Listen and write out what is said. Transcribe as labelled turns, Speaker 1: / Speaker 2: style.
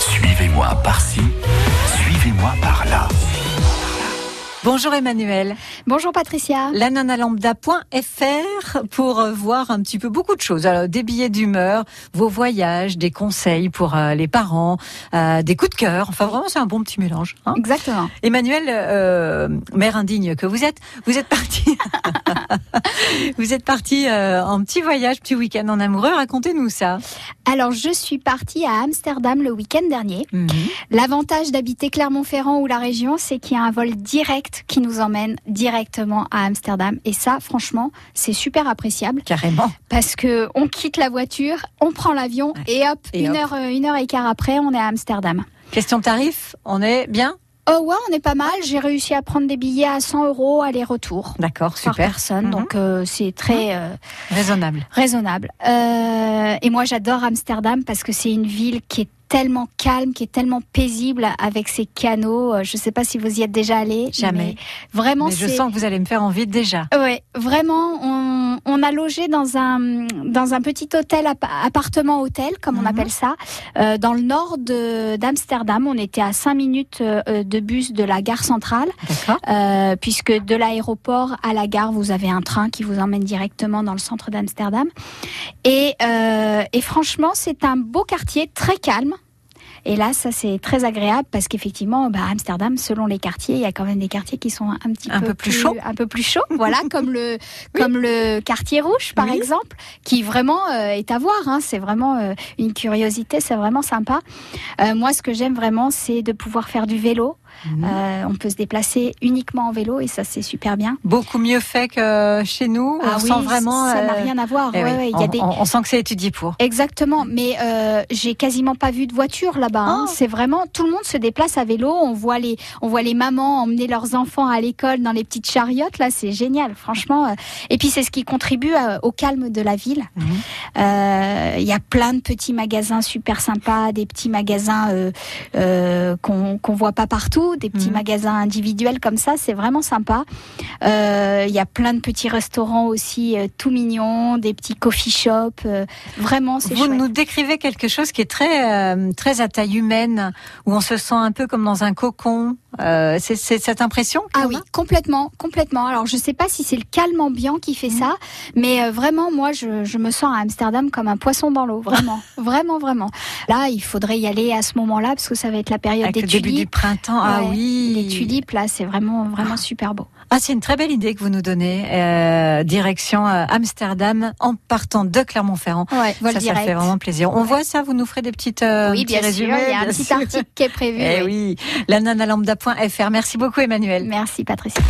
Speaker 1: Suivez-moi par-ci, suivez-moi par-là.
Speaker 2: Bonjour Emmanuel.
Speaker 3: Bonjour Patricia.
Speaker 2: lananalambda.fr pour euh, voir un petit peu beaucoup de choses. Alors, des billets d'humeur, vos voyages, des conseils pour euh, les parents, euh, des coups de cœur. Enfin, vraiment, c'est un bon petit mélange. hein.
Speaker 3: Exactement.
Speaker 2: Emmanuel, euh, mère indigne que vous êtes, vous êtes parti. vous êtes parti euh, en petit voyage, petit week-end en amoureux. Racontez-nous ça.
Speaker 3: Alors je suis partie à Amsterdam le week-end dernier. L'avantage d'habiter Clermont-Ferrand ou la région, c'est qu'il y a un vol direct qui nous emmène directement à Amsterdam. Et ça, franchement, c'est super appréciable
Speaker 2: Carrément.
Speaker 3: parce que on quitte la voiture, on prend l'avion
Speaker 2: Ouais.
Speaker 3: et hop,
Speaker 2: Et
Speaker 3: une
Speaker 2: hop.
Speaker 3: heure, euh, une heure et quart après, on est à Amsterdam.
Speaker 2: Question tarif, on est bien
Speaker 3: Oh ouais, on est pas mal. J'ai réussi à prendre des billets à 100 euros aller-retour.
Speaker 2: D'accord,
Speaker 3: Par
Speaker 2: super,
Speaker 3: personne,
Speaker 2: Mhm.
Speaker 3: donc euh, c'est très euh,
Speaker 2: raisonnable.
Speaker 3: raisonnable. Euh, et moi, j'adore Amsterdam parce que c'est une ville qui est tellement calme, qui est tellement paisible avec ses canaux. Euh, Je ne sais pas si vous y êtes déjà allé.
Speaker 2: Jamais.
Speaker 3: Vraiment,
Speaker 2: Mais je
Speaker 3: c'est-
Speaker 2: sens que vous allez me faire envie déjà.
Speaker 3: Ouais, vraiment, on, on a logé dans un dans un petit hôtel appartement hôtel comme
Speaker 2: Mhm.
Speaker 3: on appelle ça, euh, dans le nord de d'Amsterdam. On était à 5 minutes euh, de bus de la gare centrale,
Speaker 2: D'accord.
Speaker 3: euh, puisque de l'aéroport à la gare, vous avez un train qui vous emmène directement dans le centre d'Amsterdam. Et, euh, et franchement, c'est un beau quartier très calme. Et là, ça c'est très agréable parce qu'effectivement, bah, Amsterdam, selon les quartiers, il y a quand même des quartiers qui sont un petit
Speaker 2: Un peu plus chauds.
Speaker 3: un peu plus chauds, voilà, comme le comme le quartier rouge par
Speaker 2: Oui.
Speaker 3: exemple, qui vraiment euh, est à voir. hein. c'est vraiment euh, une curiosité, c'est vraiment sympa. Euh, moi, ce que j'aime vraiment, c'est de pouvoir faire du vélo.
Speaker 2: Hmm.
Speaker 3: Euh, on peut se déplacer uniquement en vélo et ça c'est super bien.
Speaker 2: Beaucoup mieux fait que chez nous. Oh, on sent vraiment.
Speaker 3: Ah ça n'a
Speaker 2: euh,
Speaker 3: rien à voir.
Speaker 2: eh
Speaker 3: ouais,
Speaker 2: oui,
Speaker 3: ouais, il y
Speaker 2: on,
Speaker 3: a des...
Speaker 2: on- on sent que c'est étudié pour.
Speaker 3: Exactement, mais euh, j'ai quasiment pas vu de voiture là-bas. hein.
Speaker 2: Ah.
Speaker 3: C'est vraiment tout le monde se déplace à vélo. On voit les, on voit les mamans emmener leurs enfants à l'école dans les petites chariotes. Là, c'est génial, franchement. euh. Et puis c'est ce qui contribue euh, au calme de la ville.
Speaker 2: Mhm.
Speaker 3: Euh, Il y a plein de petits magasins super sympas, des petits magasins euh, euh, qu'on qu'on voit pas partout, des petits
Speaker 2: Mhm.
Speaker 3: magasins individuels comme ça. C'est vraiment sympa. Euh, Il y a plein de petits restaurants aussi euh, tout mignons, des petits coffee shops. euh, vraiment, c'est
Speaker 2: Vous
Speaker 3: chouette.
Speaker 2: nous décrivez quelque chose qui est très, euh, très à taille humaine, où on se sent un peu comme dans un cocon. Euh, c'est c'est cette impression qu'on
Speaker 3: Ah
Speaker 2: a
Speaker 3: oui, complètement, complètement. Alors je sais pas si c'est le calme ambiant qui fait
Speaker 2: Mhm.
Speaker 3: ça, mais euh, vraiment moi je, je me sens à Amsterdam comme un poisson dans l'eau, vraiment, vraiment, vraiment. Là il faudrait y aller à ce moment-là parce que ça va être la période
Speaker 2: Avec
Speaker 3: des
Speaker 2: le début du
Speaker 3: tulipes.
Speaker 2: printemps. Ah
Speaker 3: Ouais,
Speaker 2: oui.
Speaker 3: Les tulipes là c'est vraiment vraiment super beau.
Speaker 2: Ah, c'est une très belle idée que vous nous donnez. Euh, direction euh, Amsterdam en partant de Clermont-Ferrand.
Speaker 3: Ouais,
Speaker 2: Ça, ça fait vraiment plaisir. On
Speaker 3: Ouais.
Speaker 2: voit ça, vous nous ferez des petites euh,
Speaker 3: oui
Speaker 2: petits
Speaker 3: bien sûr, il y
Speaker 2: résumés,
Speaker 3: a un
Speaker 2: bien
Speaker 3: petit
Speaker 2: sûr.
Speaker 3: article qui est prévu.
Speaker 2: Eh
Speaker 3: oui.
Speaker 2: oui, lananalambda.fr. Merci beaucoup Emmanuel.
Speaker 3: Merci Patricia.